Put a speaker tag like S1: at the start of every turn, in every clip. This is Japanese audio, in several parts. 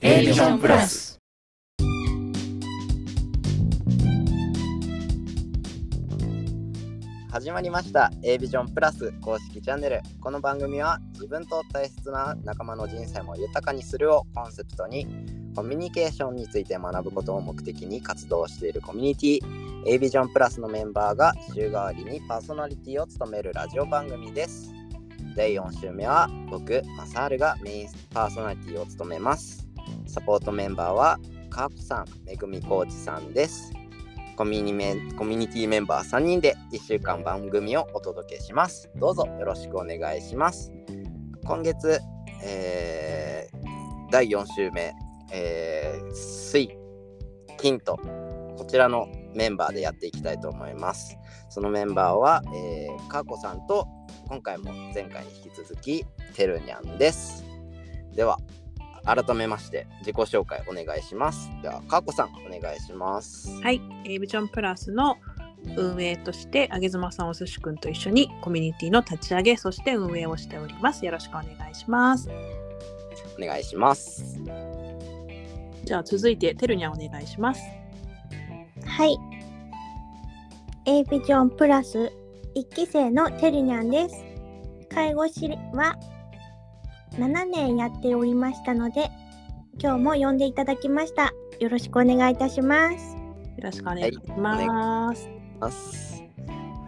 S1: A ビジョンプラス
S2: 始まりました A ビジョンプラス公式チャンネルこの番組は自分と大切な仲間の人生も豊かにするをコンセプトにコミュニケーションについて学ぶことを目的に活動しているコミュニティ A ビジョンプラスのメンバーが週替わりにパーソナリティを務めるラジオ番組です第4週目は僕マサールがメインパーソナリティを務めますサポートメンバーはカープさんめぐみコーチさんですコミュニメコミュニティメンバー3人で1週間番組をお届けします。どうぞよろしくお願いします。今月、えー第4週目、えー水、金とこちらのメンバーでやっていきたいと思います。そのメンバーは、えー、かーこさんと今回も前回に引き続きてるにゃんです。では改めまして自己紹介お願いします。ではかーこさんお願いします。
S1: はい、エイビジョンプラスの運営として、あげずまさんおすしくんと一緒にコミュニティの立ち上げ、そして運営をしております。よろしくお願いします。
S2: お願いします。
S1: じゃあ続いて、てるにゃんお願いします。
S3: はい。A ビジョンプラス1期生のてるにゃんです。介護士は7年やっておりましたので、今日も呼んでいただきました。よろしくお願いいたします。
S1: よろしくお願いします。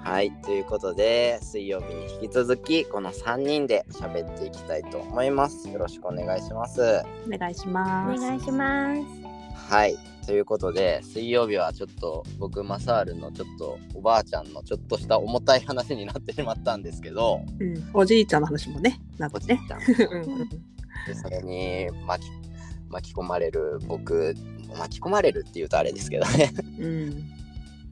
S2: はい、ということで、水曜日に引き続き、この3人で喋っていきたいと思います。よろしくお願いします。
S1: お願いしま
S3: お
S1: す。
S3: 願いします。
S2: はい、ということで、水曜日はちょっと僕、マサールのちょっとおばあちゃんのちょっとした重たい話になってしまったんですけど、
S1: うん、おじいちゃんの話もね、なっ
S2: お
S1: て
S2: じい
S1: ね。
S2: ちゃん、
S1: うんうん
S2: でそれに巻き巻き込まれる僕、巻き込まれるっていうとあれですけどね、
S1: うん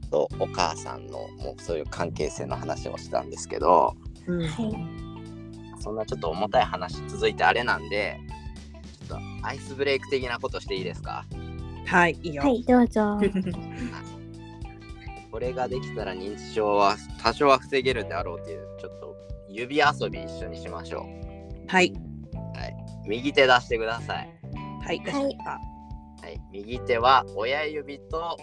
S2: とお母さんのもうそういう関係性の話をしたんですけど、
S1: う
S3: は
S1: ん
S3: い。
S2: そんなちょっと重たい話続いてあれなんで、ちょっとアイスブレイク的なことしていいですか
S1: はい、いいよ。
S3: はい、ど うぞ。
S2: これができたら認知症は多少は防げるであろうっていう、ちょっと指遊び一緒にしましょ
S1: はい、
S2: う。右手出してください。
S1: はい、出しました
S2: はい、右手は親指と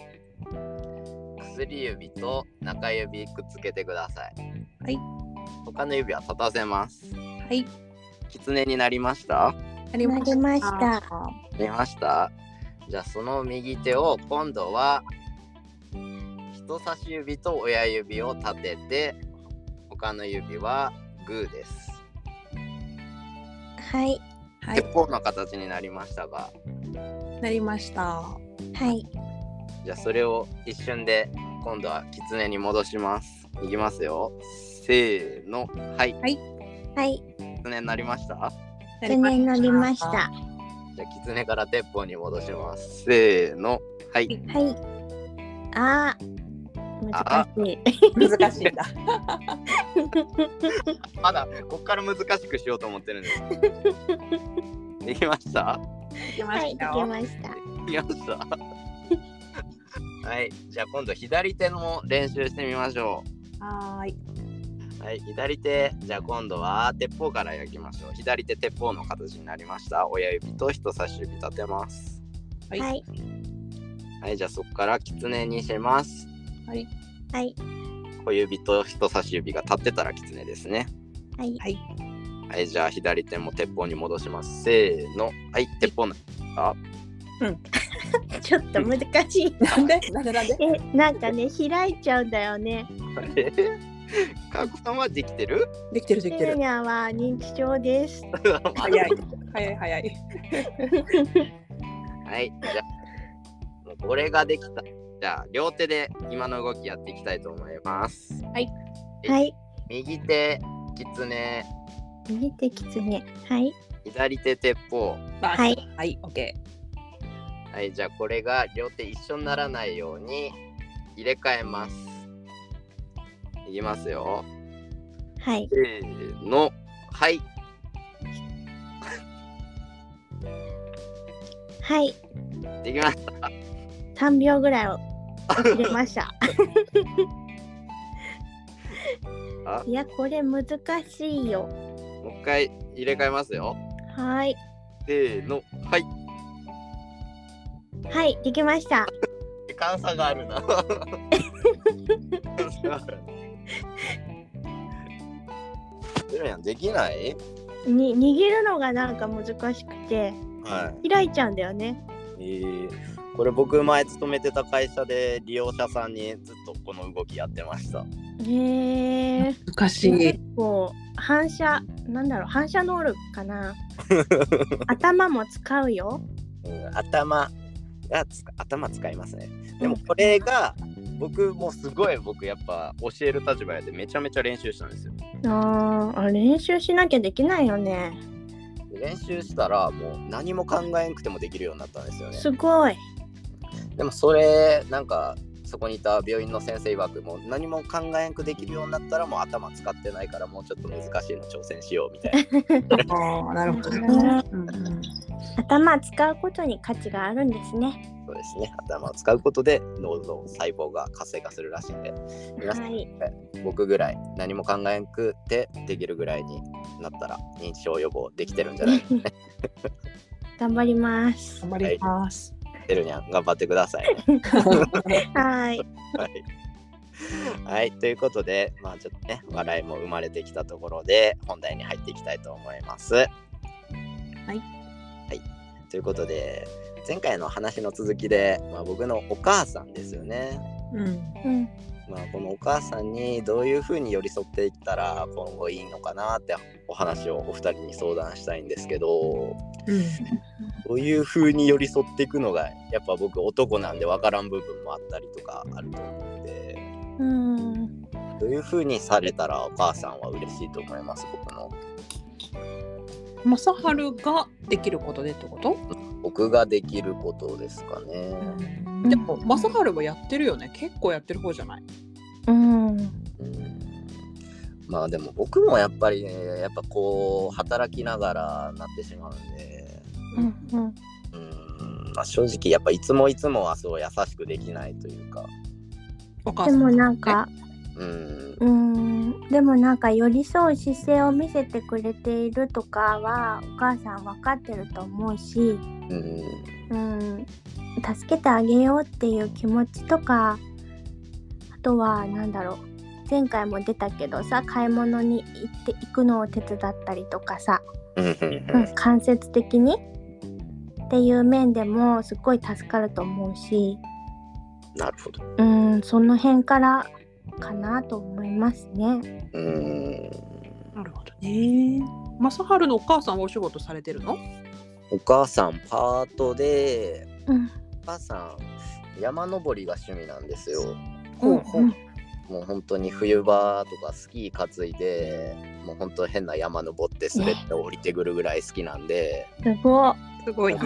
S2: 薬指と中指くっつけてください。
S1: はい。
S2: 他の指は立たせます。
S1: はい、
S2: 狐になりました
S1: あり
S3: なりました。
S2: 出ましたじゃあその右手を今度は人差し指と親指を立てて他の指はグーです、
S3: はい。
S1: はい
S2: 鉄、砲の形になりましたが
S1: なりました。
S3: はい。
S2: じゃあそれを一瞬で今度は狐に戻しますいきますよせーのはい
S3: はい。
S2: 狐になりました
S3: 去年乗りました。は
S2: じゃあ狐から鉄砲に戻しますせーの はい
S3: い。あー。難しい。
S1: 難しいんだ。
S2: まだこっから難しくしようと思ってるんです できました
S1: でき ま
S3: はい、
S1: し
S3: で
S1: たよ。
S3: きました。
S2: よっしゃ。 はい、じゃあ今度左手の練習してみましょ
S1: はーい。
S2: う。はい、左手、じゃあ今度は鉄砲から焼きましょう。左手鉄砲の形になりました。親指と人差し指立てます。
S1: はい
S3: はい。
S2: はい、じゃあそこから狐にします。
S1: はい。
S3: はい。
S2: 小指と人差し指が立ってたら狐ですね。
S3: はい。
S1: はい。
S2: はい、じゃあ左手も鉄砲に戻します。せーの。はい、鉄砲の。
S3: ちょっと難しい。
S1: なんでなんでなんで
S3: え、なんかね、開いちゃうんだよね。
S2: あ れかこさんはできてる
S1: できてるできて
S3: ル
S1: る。
S3: ニャは認知症です。
S1: 早い。早い早い。
S2: はい、じゃあ、もうこれができた。じゃあ、両手で今の動きやっていきたいと思います。
S3: はい。
S2: 右手、狐、
S3: 見てきつね。はい。
S2: 左手、鉄砲。
S3: は。
S1: はいはい、オッケ
S2: はい、じゃあ、これが両手一緒にならないように入れ替えます。いきますよ。
S3: はい。
S2: せーの、はい、
S3: はい。
S2: できました。
S3: 三秒ぐらいを遅れました
S2: あ。
S3: いや、これ難しいよ。
S2: もう一回入れ替えますよ。
S3: はい。
S2: せーの、はい、
S3: はい、できました。
S2: 時間差があ るな。てるやん、できない。
S3: に握るのがなんか難しくて
S2: は
S3: 開いちゃうんだよね。
S2: い。えーこれ僕前勤めてた会社で利用者さんにずっとこの動きやってました。
S3: へえ。
S1: 難し
S3: 結
S1: い。
S3: 構反射なんだろう反射能力かな。頭も使うよ。
S2: うん、頭がつ頭使いますね。でもこれが僕もすごい僕やっぱ教える立場やでめちゃめちゃ練習したんですよ。
S3: あーあ練習しなきゃできないよね。
S2: で練習したらもう何も考えんくてもできるようになったんですよね。
S3: すごい。
S2: でもそれなんかそこにいた病院の先生曰くもう何も考えんくできるようになったらもう頭使ってないからもうちょっと難しいの挑戦しようみたいな。
S1: ああ、なるほどね。うんうん
S3: 頭使うことに価値があるんですね。
S2: そうですね。頭を使うことで脳の細胞が活性化するらしいんで皆さん
S3: はい。
S2: 僕ぐらい何も考えんくてできるぐらいになったら認知症予防できてるんじゃない
S3: 頑張ります。
S1: 頑張ります。
S2: てるにゃん頑張ってください、ね。
S3: はい。
S2: はい。はい、ということで、まあちょっとね、笑いも生まれてきたところで、本題に入っていきたいと思います。はい。はい、ということで、前回の話の続きで、まあ、僕のお母さんですよね。
S1: うん。
S3: うん。
S2: まあ、このお母さんにどういうふうに寄り添っていったら今後いいのかなってお話をお二人に相談したいんですけど
S1: うん。
S2: どういうふうに寄り添っていくのがやっぱ僕男なんで分からん部分もあったりとかあると思うんで
S3: うん。
S2: どういうふうにされたらお母さんは嬉しいと思います僕の
S1: まさはるができることでってこと。
S2: 僕ができることですかね、
S1: でも、まさはるはやってるよね。結構やってる方じゃない。
S3: うん。
S2: うんまあでも僕もやっぱりねやっぱこう働きながらなってしまうんで
S3: うん。うん。
S2: うんまあ正直やっぱいつもいつもはそう優しくできないというか
S1: お母
S3: で
S1: さん。
S3: もなんか。
S2: うん
S3: うーんでもなんか寄り添う姿勢を見せてくれているとかはお母さん分かってると思うし、
S2: うん
S3: うん、助けてあげようっていう気持ちとかあとは何だろう前回も出たけどさ買い物に行って行くのを手伝ったりとかさ、
S2: うん
S3: うん、間接的にっていう面でもすっごい助かると思うし、
S2: なるほど
S3: うん、その辺からかなと思いますね。
S2: うん
S1: なるほどね。まさはるのお母さんはお仕事されてるの。
S2: お母さんパートで
S3: うん
S2: お母さん山登りが趣味なんですよ
S1: ほうほう
S3: うん
S2: もう本当に冬場とかスキー担いでもう本当変な山登って滑って降りてくるぐらい好きなんで、
S3: すごっ
S1: すごいね。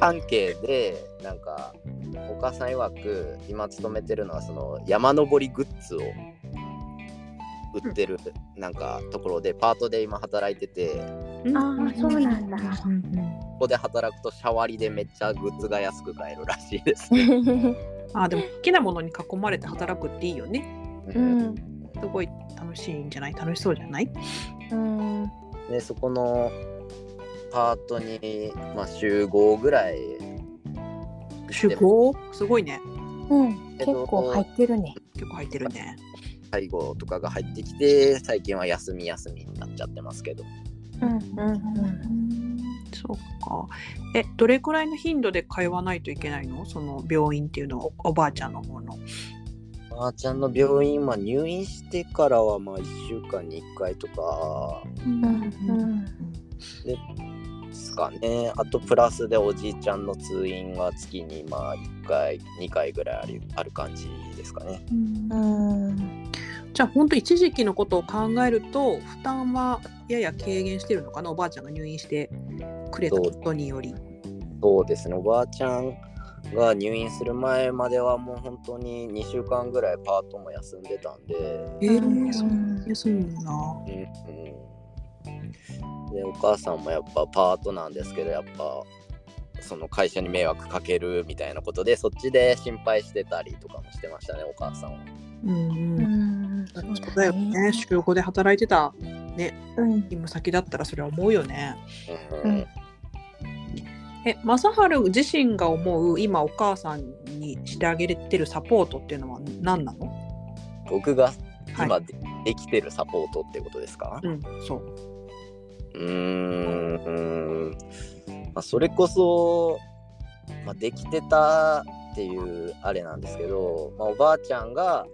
S2: 関係でなんかお母さん曰く今勤めてるのはその山登りグッズを売ってるなんかところでパートで今働いてて
S3: あーそうなんだ
S1: うん
S2: ここで働くとシャワリでめっちゃグッズが安く買えるらしいです、 ね
S3: う
S1: あー、でも、好きなものに囲まれて働くっていいよね。
S3: ん、
S1: すごい楽しいんじゃない。楽しそうじゃない。
S3: うん、うん、
S2: でそこのパートに、まあ、週5ぐらい
S1: すごい。すごいね。
S2: えっと
S3: 結構入ってるね。
S1: 結構入ってるね。
S2: 介護とかが入ってきて最近は休み休みになっちゃってますけど
S3: うん、うん、
S1: そうか。え、どれくらいの頻度で通わないといけないの？その病院っていうのはおおばあちゃんの方の。
S2: まーちゃんの病院は入院してからはまあ1週間に1回とか
S3: うん、うん、
S2: ですかねあとプラスでおじいちゃんの通院が月にまあ1回2回ぐらいあるある感じですかね
S1: うん
S3: うん、
S1: じゃあ本当一時期のことを考えると負担はやや軽減してるのかなおばあちゃんが入院してくれたことにより。
S2: そうですねおばあちゃんが入院する前まではもう本当に2週間ぐらいパートも休んでたんで
S1: え
S3: うん
S1: ー、そんなそうなんだ。
S2: うんうん、でお母さんもやっぱパートなんですけどやっぱその会社に迷惑かけるみたいなことでそっちで心配してたりとかもしてましたねお母さんは。
S1: うん
S3: う
S1: うん。
S3: ん、
S1: そうだよね。週5で働いてた
S3: うん、
S1: 勤務先だったらそれは思うよね。
S2: うん
S3: うん
S1: え、正治自身が思う今お母さんにしてあげてるサポートっていうのは何なの？
S2: 僕が
S1: はい
S2: 今で,、きてるサポートってことですか
S1: うん、そう。
S2: うーんうーん、まあ、それこそ、まあ、できてたっていうあれなんですけど、まあ、おばあちゃんが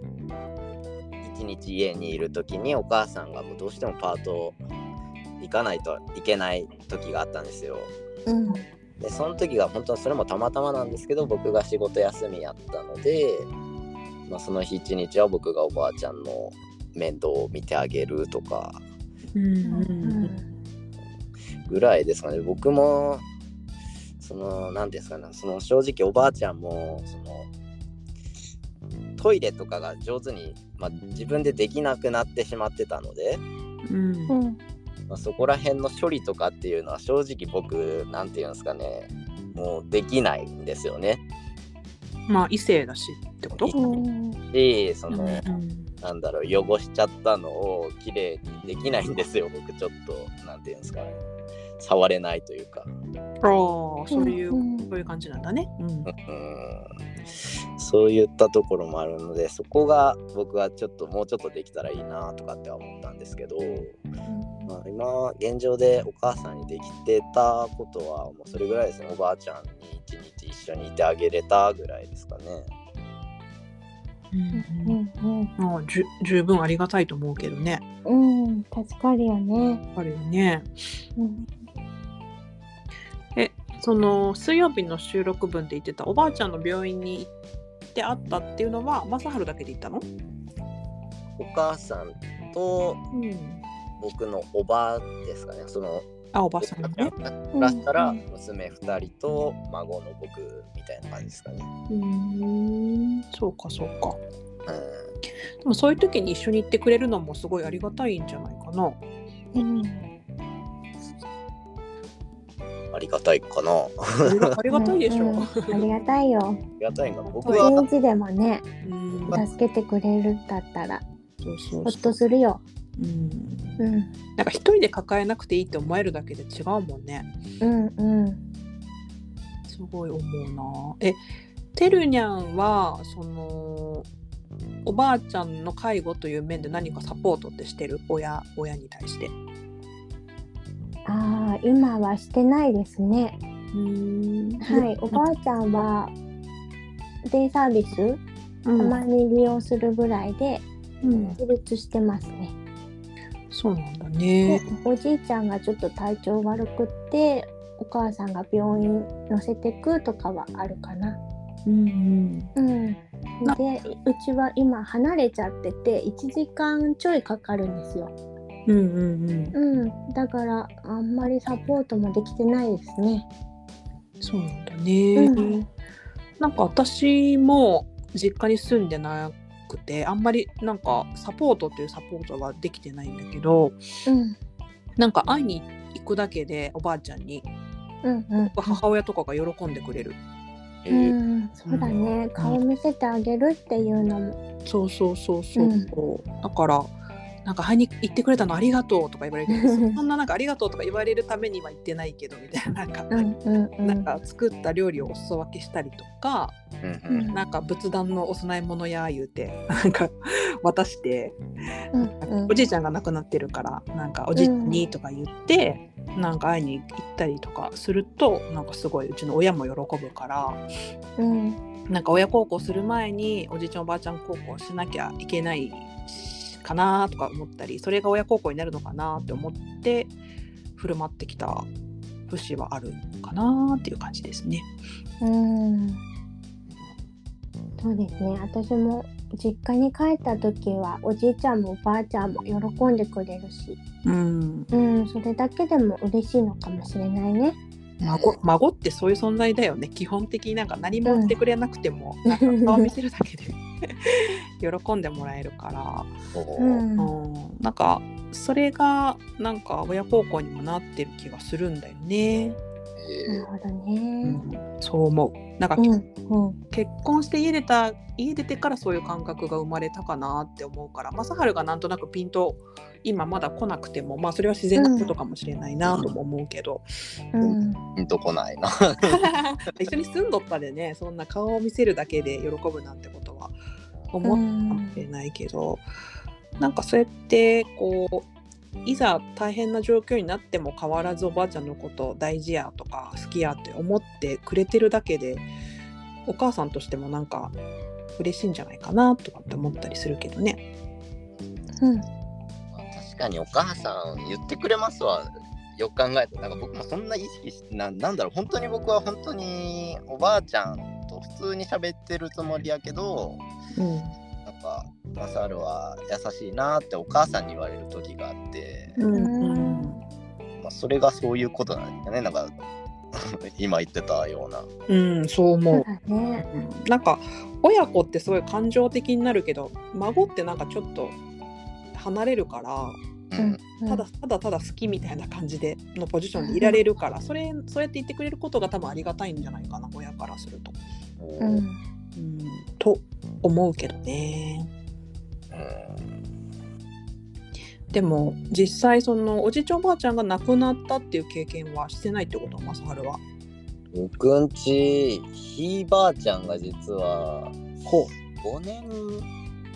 S2: 一日家にいる時にお母さんがもうどうしてもパート行かないといけない時があったんですよ。
S3: うん
S2: でその時が本当にそれもたまたまなんですけど僕が仕事休みやったので、まあ、その日一日は僕がおばあちゃんの面倒を見てあげるとか
S1: うんうん
S2: ぐらいですかね僕もその何ですかねその正直おばあちゃんもそのトイレとかが上手に、まあ、自分でできなくなってしまってたので、
S1: うん
S3: う。ん
S2: まあ、そこら辺の処理とかっていうのは正直僕何て言うんですかねもうできないんですよね。
S1: まあ異性だしってこと？
S3: うん
S2: でその、
S1: うん
S2: なんだろう汚しちゃったのを綺麗にできないんですよ僕ちょっと何て言うんですかね触れないというか
S1: ああ、そういうう。
S3: ん
S1: そういう感じなんだね。うん。
S2: うんそういったところもあるのでそこが僕はちょっともうちょっとできたらいいなとかっては思ったんですけど、まあ、今現状でお母さんにできてたことはもうそれぐらいですねおばあちゃんに一日一緒にいてあげれたぐらいですかね。
S1: うん
S3: う
S1: まあ、じゅ十分ありがたいと思うけどね。
S3: んうん助かるよね。
S1: あるよね。
S3: うん
S1: その水曜日の収録分で言ってたおばあちゃんの病院に行ってあったっていうのは正治だけで行ったの？
S2: お母さんと
S1: うん。
S2: 僕のおばですかねその
S1: あ、おばさんのね。
S2: プラスから娘2人と孫の僕みたいな感じですかね。
S1: うん。そうかそうか。
S2: うん
S1: でもそういう時に一緒に行ってくれるのもすごいありがたいんじゃないか な。
S3: うん
S2: ありがたいかな。あ
S1: ありがたいでし
S3: うん
S1: ょ。
S3: ありがたいよ。
S2: りがたいかな。僕
S3: 一
S2: は、
S3: 日でもね
S1: うん
S3: 助けてくれるんだったら
S1: そうそ
S3: ほ
S1: う
S3: っ
S1: そ
S3: と
S1: う。
S3: するよ。
S1: うん。
S3: うん
S1: なんか一人で抱えなくていいって思えるだけで違うもんね。
S3: うんうん
S1: すごい思うな。え、てるにゃんはそのおばあちゃんの介護という面で何かサポートってしてる親親に対して。
S3: ああ今はしてないですね。
S1: うん
S3: はい、おばあちゃんはデイサービス、
S1: うん
S3: たまに利用するぐらいで
S1: うん
S3: 自立してますね。
S1: そうなんだ
S3: で
S1: ね。
S3: おじいちゃんがちょっと体調悪くってお母さんが病院乗せてくとかはあるかな。
S1: うん
S3: うん、で
S1: な
S3: うちは今離れちゃってて1時間ちょいかかるんですよ。
S1: うんうんうんうん。
S3: うん、だからあんまりサポートもできてないですね。
S1: そうなんだね。
S3: うん
S1: なんか私も実家に住んでなくてあんまりなんかサポートというサポートはできてないんだけど
S3: うん
S1: なんか会いに行くだけでおばあちゃんに
S3: うんうん
S1: 母親とかが喜んでくれる、
S2: え
S3: う
S2: ー
S3: ん、そうだね、顔見せてあげるっていうのも、
S1: そうそうそうそう、だからなんか「会いに行ってくれたのありがとう」とか言われるけどそんななんか「ありがとう」とか言われるためには行ってないけどみたいななんか、
S3: うんうんうん、
S1: なんか作った料理をお裾分けしたりとか
S2: うんうん
S1: なんか仏壇のお供え物や言うてなんか渡して
S3: うんうん
S1: おじいちゃんが亡くなってるからなんかおじいちゃんにとか言って、なんか会いに行ったりとかするとなんかすごいうちの親も喜ぶから
S3: うん
S1: なんか親孝行する前におじいちゃんおばあちゃん孝行しなきゃいけないかなとか思ったりそれが親孝行になるのかなって思って振る舞ってきた節はあるかなっていう感じですね。
S3: うんそうですね私も実家に帰った時はおじいちゃんもおばあちゃんも喜んでくれるし、
S1: うん
S3: うん、それだけでも嬉しいのかもしれないね。
S1: 孫孫ってそういう存在だよね基本的になんか何もしてくれなくても、
S3: うん
S1: なんか顔見せるだけで 喜んでもらえるから、
S2: そう
S3: うん
S1: うん、なんかそれがなんか親孝行にもなってる気がするんだよね。
S3: な
S2: え
S3: るほどね。
S1: そう思うなんか、
S3: うんうん
S1: 結婚して家出た家出てからそういう感覚が生まれたかなって思うから正春がなんとなくピンと今まだ来なくてもまあそれは自然なことかもしれないなとも思うけど、
S3: うん。
S2: ピンとこないな。
S1: 一緒に住んどったでねそんな顔を見せるだけで喜ぶなんてことは思ったかもしれないけど、なんかそうやってこういざ大変な状況になっても変わらずおばあちゃんのこと大事やとか好きやって思ってくれてるだけでお母さんとしてもなんか嬉しいんじゃないかなとかって思ったりするけどね。
S3: うん。
S2: 確かにお母さん言ってくれますわ。よく考えたらなんか僕もそんな意識してななんだろう本当に僕は本当におばあちゃんと普通に喋ってるつもりやけど
S1: うん
S2: なんかマサルは優しいなってお母さんに言われる時があって、
S1: うん
S2: まあ、それがそういうことなんだねなんか 今言ってたような。
S1: うん、そう思
S3: そうう。だね。
S1: うんなんか親子ってすごい感情的になるけど孫ってなんかちょっと離れるから
S2: うん
S1: ただただただ好きみたいな感じでのポジションでいられるからそれそうやって言ってくれることが多分ありがたいんじゃないかな親からすると。
S3: う。
S2: うん
S3: うんん。
S1: うんと思うけどね。でも実際そのおじいちゃんおばあちゃんが亡くなったっていう経験はしてないってことマサハルは。
S2: 僕んちひいばあちゃんが実は
S1: ほ
S2: 5年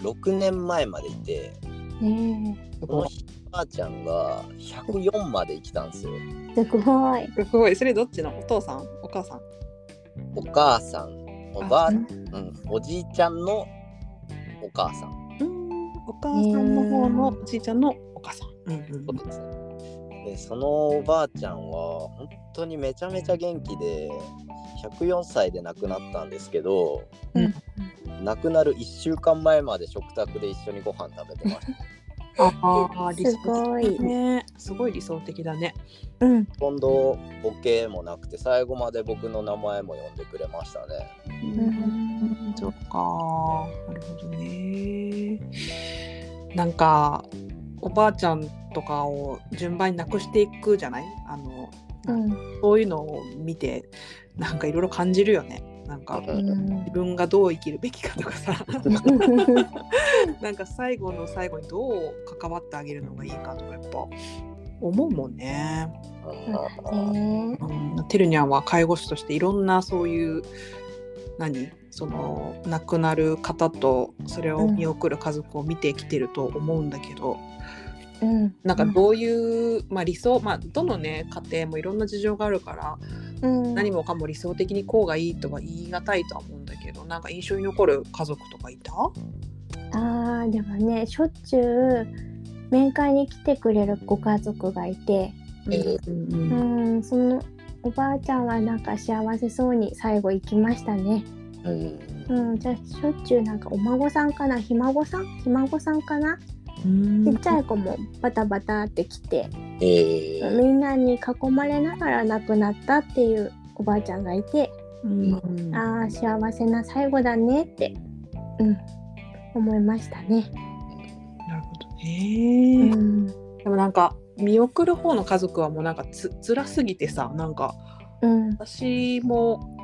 S2: 6年前までいて
S3: ね
S1: うす
S2: その
S1: ごい
S2: ひいばあちゃんが104まで生きたんですよ
S3: え。すごい。
S1: すごいそれどっちのお父さんお母さん
S2: お母さんおば
S1: あ
S2: あうん、おじいちゃんのお母さん
S1: うんお母さんの方のおじいちゃんのお母さん。うんうん
S2: そうですねでそのおばあちゃんは本当にめちゃめちゃ元気で104歳で亡くなったんですけど
S1: うん
S2: 亡くなる1週間前まで食卓で一緒にご飯食べてました
S1: あー理想
S3: すごい
S1: 的ね。すごい理想的だね。
S3: うん。
S2: 今度ボケもなくて最後まで僕の名前も呼んでくれましたね
S3: うん
S1: そっかなるほどね。なんかおばあちゃんとかを順番になくしていくじゃないあの
S3: うん。
S1: そういうのを見てなんかいろいろ感じるよね。なんか
S2: う
S3: うん
S1: 自分がどう生きるべきかとかさ なんか最後の最後にどう関わってあげるのがいいかとかやっぱ思うもんね。
S2: うん
S3: ね
S1: うんてるにゃんは介護士としていろんなそういう何その亡くなる方とそれを見送る家族を見てきてると思うんだけど、
S3: え。うん。
S1: なんかどういう、まあ、理想、まあ、どのね家庭もいろんな事情があるから、
S3: うん。
S1: 何もかも理想的にこうがいいとは言い難いとは思うんだけどなんか印象に残る家族とかいた
S3: ああでもねしょっちゅう面会に来てくれるご家族がいて
S1: うんう
S3: うんんそのおばあちゃんはなんか幸せそうに最後行きましたね。
S2: うん
S3: うん、じゃあしょっちゅうなんかお孫さんかなひ孫さんひ孫さんかな
S1: うん
S3: ちっちゃい子もバタバタって来て
S2: えー
S3: みんなに囲まれながら亡くなったっていうおばあちゃんがいて
S1: うん
S3: ああ幸せな最後だねって、うん、思いましたね。
S1: なるほど
S3: う
S1: ね。
S3: ん
S1: でもなんか見送る方の家族はもうなんかつ辛すぎてさなんか
S3: うん
S1: 私も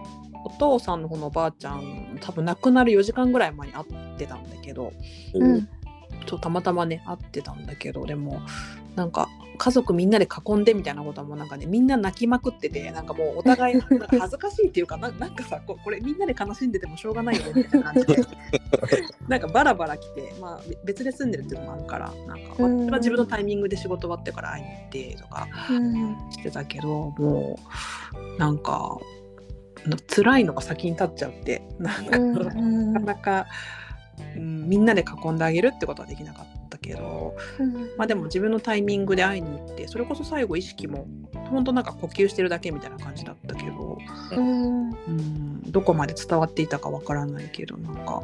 S1: お父さんの方のおばあちゃん多分亡くなる4時間ぐらい前に会ってたんだけど
S3: う
S2: うん
S3: ん
S1: ちょっとたまたまね会ってたんだけどでもなんか家族みんなで囲んでみたいなことはもうなんかねみんな泣きまくっててなんかもうお 互いなんか恥ずかしいっていうかななんかさここれみんなで悲しんでてもしょうがないよねみたいな感 じでなんかバラバラ来て、まあ、べ別で住んでるっていうのもあるからなんか
S3: うん
S1: 私は自分のタイミングで仕事終わってから会いに行ってとか
S3: うん
S1: してたけどもうなんかな辛いのが先に立っちゃってなんか、
S3: うん
S1: な
S3: うん
S1: かなか、うん、みんなで囲んであげるってことはできなかったけど、
S3: うん
S1: まあ、でも自分のタイミングで会いに行ってそれこそ最後意識もほんとなんか呼吸してるだけみたいな感じだったけど、
S3: うん
S1: うん、どこまで伝わっていたかわからないけどなんか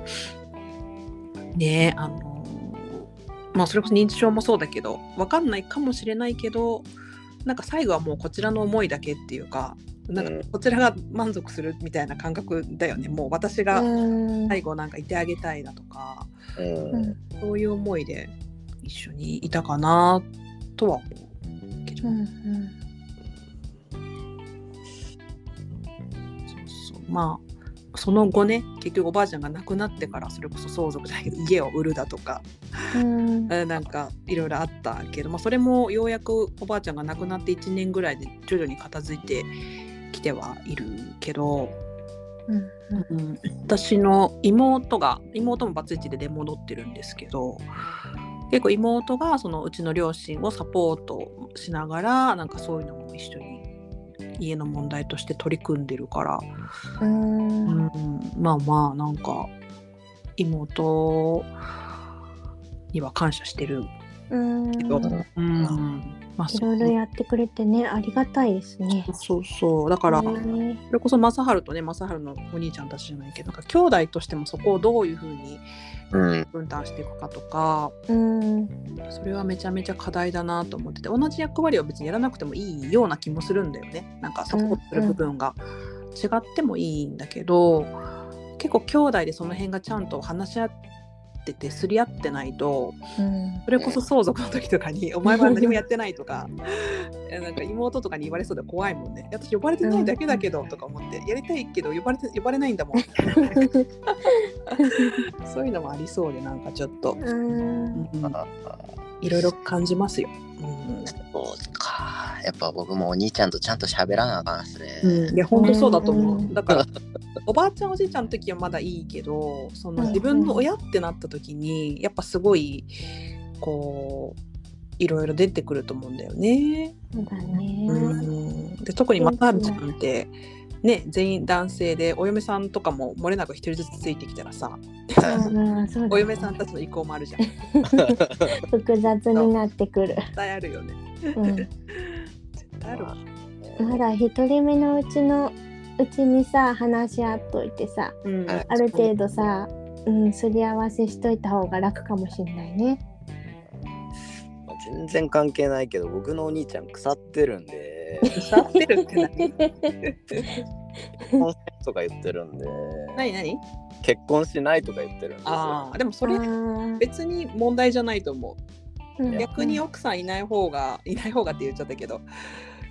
S1: ねえあのまあそれこそ認知症もそうだけどわかんないかもしれないけどなんか最後はもうこちらの思いだけっていうかなんかこちらが満足するみたいな感覚だよねもう私が
S3: うん
S1: 最後なんかいてあげたいなとか
S2: うん
S3: うん
S1: そういう思いで一緒にいたかなとは思うけ
S3: う
S1: ど。
S3: ん
S1: まあその後ね結局おばあちゃんが亡くなってからそれこそ相続じゃないけど家を売るだとか
S3: うん
S1: えーなんかいろいろあったけど、まあ、それもようやくおばあちゃんが亡くなって1年ぐらいで徐々に片付いてきてはいるけど、
S3: うん
S1: うん、私の妹が妹もバツイチで出戻ってるんですけど結構妹がそのうちの両親をサポートしながらなんかそういうのも一緒に家の問題として取り組んでるから、
S3: うんうん
S1: うん、まあまあなんか妹には感謝してる
S3: うん
S1: けどうんまあ、
S3: い
S1: そ
S3: ろいろやってくれてねありがたいですね。
S1: そうそうだから、
S3: うん
S1: それこそ正治とね正治のお兄ちゃんたちじゃないけどなんか兄弟としてもそこをどういうふうに
S2: うん
S1: 分担していくかとか
S3: うん
S1: それはめちゃめちゃ課題だなと思ってて同じ役割を別にやらなくてもいいような気もするんだよねなんかサポートする部分が違ってもいいんだけど、結構兄弟でその辺がちゃんと話し合っててすり合ってないと
S3: うん
S1: それこそ相続の時とか に「お前は何もやってない」とかいやなんか妹とかに言われそうで怖いもんね私呼ばれてないだけだけどとか思ってやりたいけど呼ばれて呼ばれないんだ もんそういうのもありそうでなんかちょっと、
S3: うん
S1: うん
S2: あ
S1: いろいろ感じますよ。
S2: そうかやっぱ僕もお兄ちゃんとちゃんと喋らなあかんっすね、
S1: うんいや本当そうだと思う、
S3: うん
S1: だからおばあちゃんおじいちゃんの時はまだいいけどその
S3: うん
S1: 自分の親ってなった時にやっぱすごいこういろいろ出てくると思うんだよね。
S3: そうだね。
S1: うんで特にマタルちゃんって、ね、全員男性でお嫁さんとかも漏れなく一人ずつついてきたら
S3: う
S1: さ
S3: んそうだね
S1: お嫁さんたちの意向もあ るじゃん絶
S3: 複雑になって くる。
S1: 対あるよね
S3: うん
S1: 絶対あるわ
S3: まだ一人目のうちのうちにさ話し合っといてさ
S1: うん
S2: はい
S3: ある程度さ、うん、すり合わせしといた方が楽かもしれないね。
S2: 全然関係ないけど僕のお兄ちゃん腐ってるんで
S1: 腐ってるって何
S2: 婚とか言ってるんで
S1: 何何
S2: 結婚しないとか言ってるんです
S1: あ
S2: よ
S1: あでもそ
S3: あ
S1: れ
S3: ー
S1: 別に問題じゃないと思
S3: う
S1: うん逆に奥さんいない方がいない方がって言っちゃったけど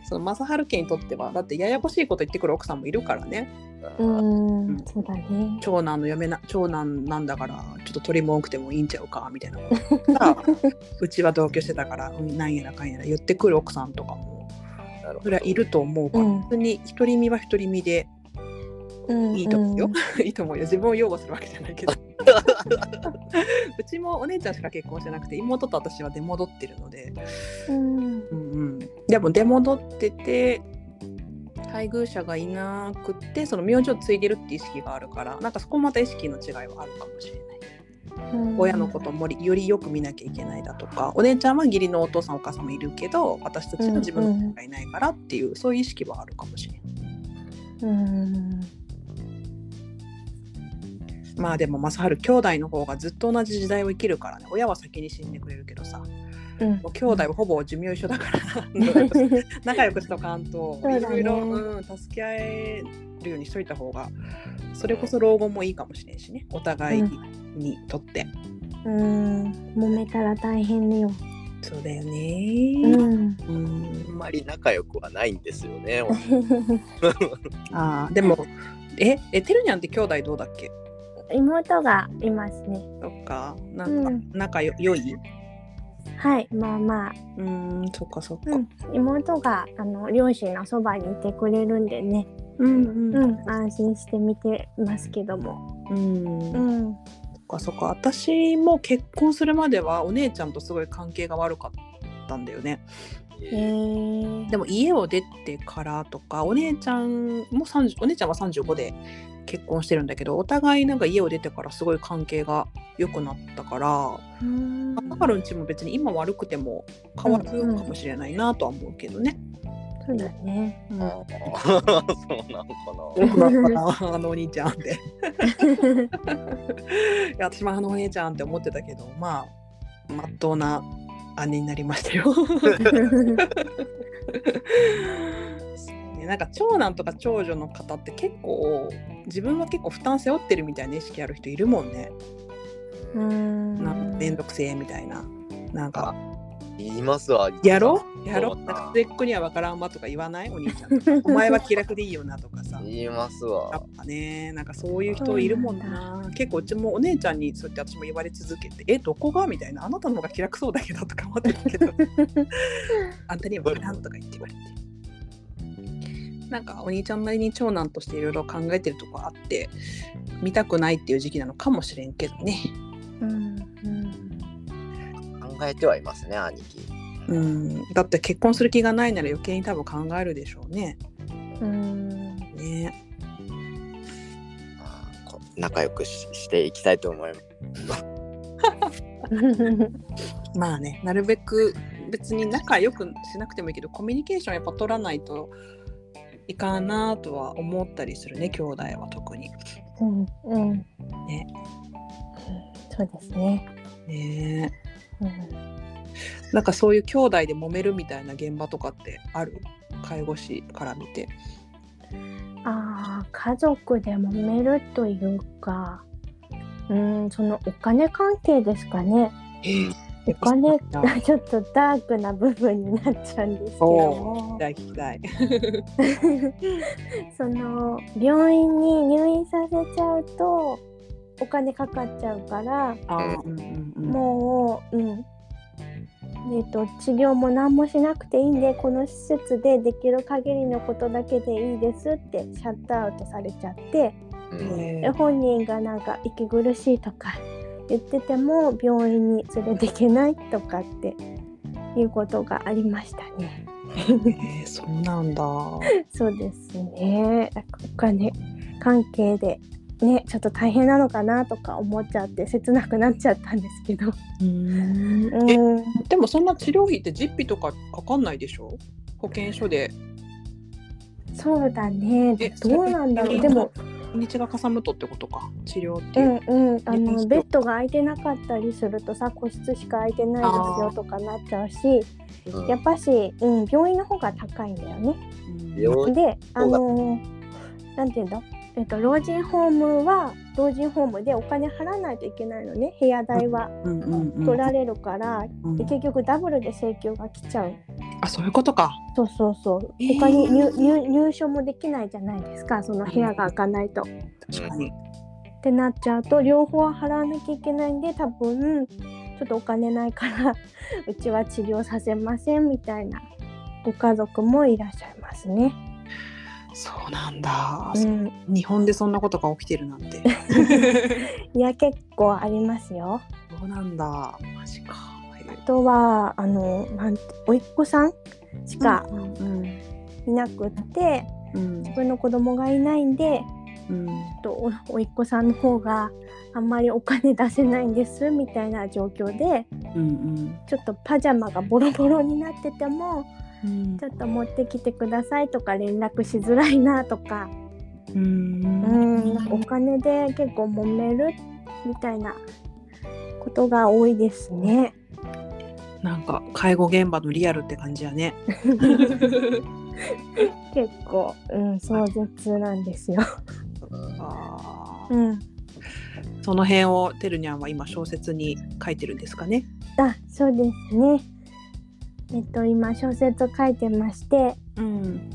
S1: その正治家にとってはだってややこしいこと言ってくる奥さんもいるからね
S3: うん、そうだね。
S1: 長男の嫁な長男なんだからちょっと鳥も多くてもいいんちゃうかみたい なことさうちは同居してたから、うん、なんやらかんやら言ってくる奥さんとかも
S2: なるほ
S1: そ
S2: ど
S1: れはいると思うから、
S3: うん
S1: 普通に独り身は独り身で
S3: うん、
S1: いいと思うよいいと思うよ自分を擁護するわけじゃない けどうちもお姉ちゃんしか結婚してなくて妹と私は出戻ってるので、
S3: うん。
S1: うんうん、でも出戻ってて配偶者がいなくってその名字を継いでるって意識があるからなんかそこもまた意識の違いはあるかもしれない。
S3: うん
S1: 親のこと。もりよりよく見なきゃいけないだとかお姉ちゃんは義理のお父さんお母さんもいるけど私たちの自分の親がいないからっていう、そういう意識はあるかもしれない
S3: うん。
S1: まあでも正治兄弟の方がずっと同じ時代を生きるからね親は先に死んでくれるけどさ
S3: うん
S1: もう兄弟はほぼ寿命一緒だから仲良くしとかんと
S3: そう
S1: い
S3: だ
S1: ろ
S3: ね
S1: いろうん助け合えるようにしといた方がそれこそ老後もいいかもしれんしねお互いにとって、
S3: うん。揉めたら大変ねよ。
S1: そうだよ
S3: う
S1: ね、
S3: ん。
S1: うん
S2: あんまり仲良くはないんですよね
S1: ああでもええてるにゃんって兄弟どうだっけ
S3: 妹がいますね。
S1: そっかなんか、
S3: うん
S1: 仲よ良い
S3: はい、まあまあ、
S1: うーんそっかそっか
S3: うん、妹があの両親のそばにいてくれるんでね。
S1: うん
S3: う
S1: うん
S3: ん、安心して見てますけども。
S1: うん、
S3: うん。
S1: そっかそっか私も結婚するまではお姉ちゃんとすごい関係が悪かったんだよね
S3: へえー。
S1: でも家を出てからとかお姉ちゃんも30お姉ちゃんは35で結婚してるんだけどお互いなんか家を出てからすごい関係が良くなったから
S3: うん
S1: だからうちも別に今悪くても変わるかもしれないなとは思うけどね、
S3: そうだね。
S1: うん
S2: あーそうなのか
S1: よ
S2: な
S1: くわからんあのお兄ちゃんっていや私もあのお姉ちゃんって思ってたけどまあまっとうな姉になりましたよそうねなんか長男とか長女の方って結構自分は結構負担背負ってるみたいな意識ある人いるもんね
S3: う
S1: なん
S3: ん。
S1: 面倒くせえみたいななんか
S2: 言いますわ。
S1: やろやろ
S2: そ
S1: な
S2: う
S1: ん
S2: だな
S1: か末っ子にはわからんわとか言わないお兄ちゃんとかお前は気楽でいいよなとかさ
S2: 言います
S1: や
S2: わ
S1: っ。ぱねなんかそういう人いるもんな結構うちもお姉ちゃんにそうやって私も言われ続けて「えどこが?」みたいな「あなたの方が気楽そうだけど」とか思ってたけ どあんたには「なん」とか言って言われてなんかお兄ちゃんなりに長男としていろいろ考えてるとこあって見たくないっていう時期なのかもしれんけどね
S2: 考えてはいますね、兄貴。
S1: うんだって結婚する気がないなら余計に多分考えるでしょうねね
S2: まあこ仲良くししていきたいと思います。
S1: まあねなるべく別に仲良くしなくてもいいけどコミュニケーションやっぱ取らないといかんなとは思ったりするね兄弟は特に
S3: うんうん
S1: ね
S3: そうですね。
S1: ね
S3: うん
S1: なんかそういう兄弟で揉めるみたいな現場とかってある介護士から見て
S3: ああ家族で揉めるというかうんそのお金関係ですかね お金がちょっとダークな部分になっちゃうんですけど
S1: お
S3: も
S1: 聞きたい聞きたい
S3: その病院に入院させちゃうとお金かかっちゃうから
S1: あーうんうんうん
S3: もううん。えっと治療も何もしなくていいんでこの施設でできる限りのことだけでいいですってシャットアウトされちゃって
S2: うん
S1: ね
S3: で本人がなんか息苦しいとか言ってても病院に連れていけないとかっていうことがありましたね。
S1: えーそうなんだ
S3: そうですね。なんかお金関係でねちょっと大変なのかなとか思っちゃって切なくなっちゃったんですけど。
S1: うん
S3: う
S1: え
S3: ん
S1: でもそんな治療費って実費とかかかんないでしょ保険証で
S3: そうだね
S1: え。
S3: どうなんだろう。でも、
S1: 日がかさむとってことか治療って
S3: う
S1: い
S3: ん
S1: う、
S3: うん、あ
S1: いい
S3: の
S1: 人
S3: ベッドが空いてなかったりするとさ、個室しか空いてないですよとかなっちゃうし、
S2: うん
S3: やっぱし、うん、病院の方が高いんだよね。
S2: 病院
S3: で、あ
S2: そうだ
S3: のーなんていうんだ、えっと老人ホームは老人ホームでお金払わないといけないのね、部屋代は
S1: うんうんうん
S3: 取られるから、
S1: うん
S3: で結局ダブルで請求が来ちゃう。
S1: あそういうことか
S3: そうそうそう。
S1: えー
S3: 他に入入入所もできないじゃないですか、その部屋が開かないと。
S1: 確かに、
S3: ってなっちゃうと両方払わなきゃいけないんで多分ちょっとお金ないから うちは治療させませんみたいなご家族もいらっしゃいますね。
S1: そうなんだ、
S3: うん、
S1: 日本でそんなことが起きてるなん て
S3: いや結構ありますよ。
S1: そうなんだマジかはい
S3: あとはあのなんておいっ子さんしか
S1: うんうん
S3: いなくって、
S1: うん
S3: 自分の子供がいないんで
S1: うん
S3: あとおおいっ子さんの方があんまりお金出せないんですみたいな状況で
S1: うん
S3: ちょっとパジャマがボロボロになってても
S1: うん
S3: ちょっと持ってきてくださいとか連絡しづらいなとか、う
S1: うん
S3: ん、なんかお金で結構揉めるみたいなことが多いですね。
S1: なんか介護現場のリアルって感じやね
S3: 結構、うん、壮絶なんですよ。
S1: あー
S3: うん、
S1: その辺をてるにゃんは今小説に書いてるんですかね
S3: あ、そうですね。えっと、今小説を書いてまして、
S1: うん。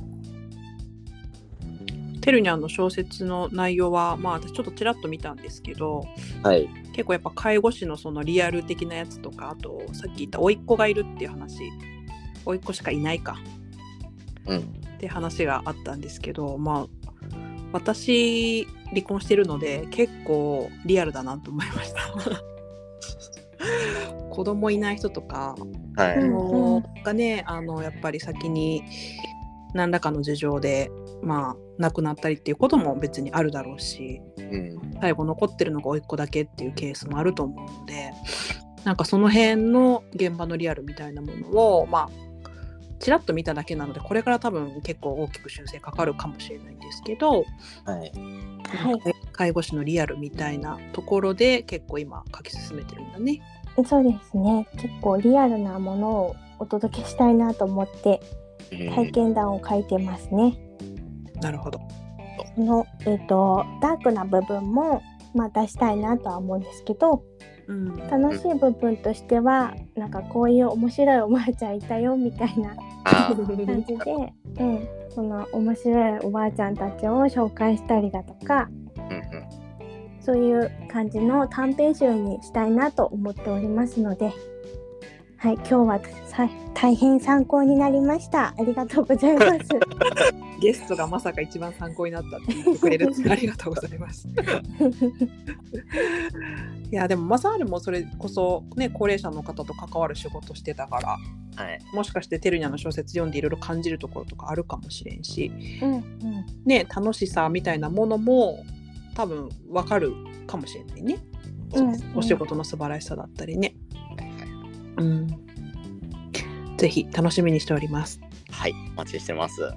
S1: てるにゃんの小説の内容は、まあ、私ちょっとちらっと見たんですけど
S2: はい。
S1: 結構やっぱ介護士のそのリアル的なやつとかあとさっき言った甥っ子がいるっていう話甥っ子しかいないか
S2: うん。
S1: って話があったんですけどまあ私離婚してるので結構リアルだなと思いました 子供いない人とか
S2: はい。
S3: うん
S1: もうがねあのやっぱり先に何らかの事情でまあ亡くなったりっていうことも別にあるだろうし
S2: うん。
S1: 最後残ってるのが甥っ子だけっていうケースもあると思うのでなんかその辺の現場のリアルみたいなものをまあちらっと見ただけなのでこれから多分結構大きく修正かかるかもしれないんですけど、
S2: はい。
S3: はい、
S1: 介護士のリアルみたいなところで結構今書き進めてるんだね。
S3: そうですね。結構リアルなものをお届けしたいなと思って体験談を書いてますね。
S1: なるほど。
S3: その、えっとダークな部分もまあ、出したいなとは思うんですけど
S1: うん
S3: 楽しい部分としてはなんかこういう面白いおばあちゃんいたよみたいな
S2: あー
S3: 感じで、うん、その面白いおばあちゃんたちを紹介したりだとか
S2: うんうん
S3: そういう感じの短編集にしたいなと思っておりますので、はい、今日はさ大変参考になりました。ありがとうござい ます。
S1: ゲストがまさか一番参考になったって言ってくれるってありがとうござ います。いやでもマサールもそれこそ、ね、高齢者の方と関わる仕事してたから
S2: はい
S1: もしかしてテルニャの小説読んでいろいろ感じるところとかあるかもしれんし、
S3: うん、
S1: ね、楽しさみたいなものも多分わかるかもしれないね、
S3: うん
S1: お仕事の素晴らしさだったりね。うん、ぜひ楽しみにしております。
S2: はいお待ちしてますは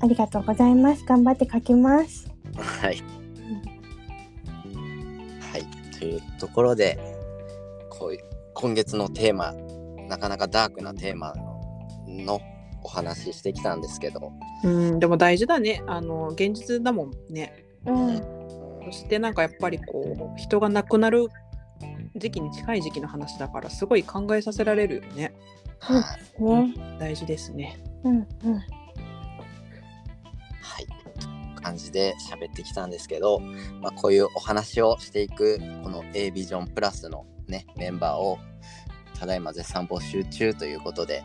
S3: ありがとうございます。頑張って書きます。
S2: いはいというところでこういう今月のテーマなかなかダークなテーマのお話ししてきたんですけど、
S1: うん、でも大事だねあの現実だもんね。
S3: うん、
S1: そしてなんかやっぱりこう人が亡くなる時期に近い時期の話だからすごい考えさせられるよね
S3: そう
S2: はい
S3: ですね。
S1: 大事ですね
S3: うん、うん、
S2: はい、感じで喋ってきたんですけど、まあ、こういうお話をしていくこの A ビジョンプラスの、ね、メンバーをただいま絶賛募集中ということで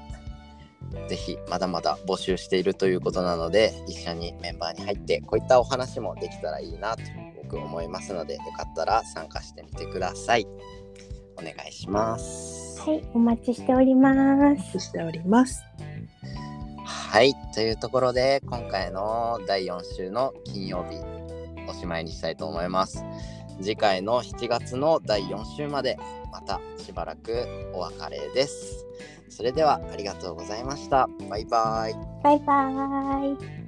S2: ぜひまだまだ募集しているということなので一緒にメンバーに入ってこういったお話もできたらいいなと僕思いますのでよかったら参加してみてください。お願いします。
S3: はい、お待ちしております。
S1: しております
S2: はい、というところで今回の第4週の金曜日おしまいにしたいと思います。次回の7月の第4週までまたしばらくお別れです。それではありがとうございました。バイバイ。
S3: バイバーイ。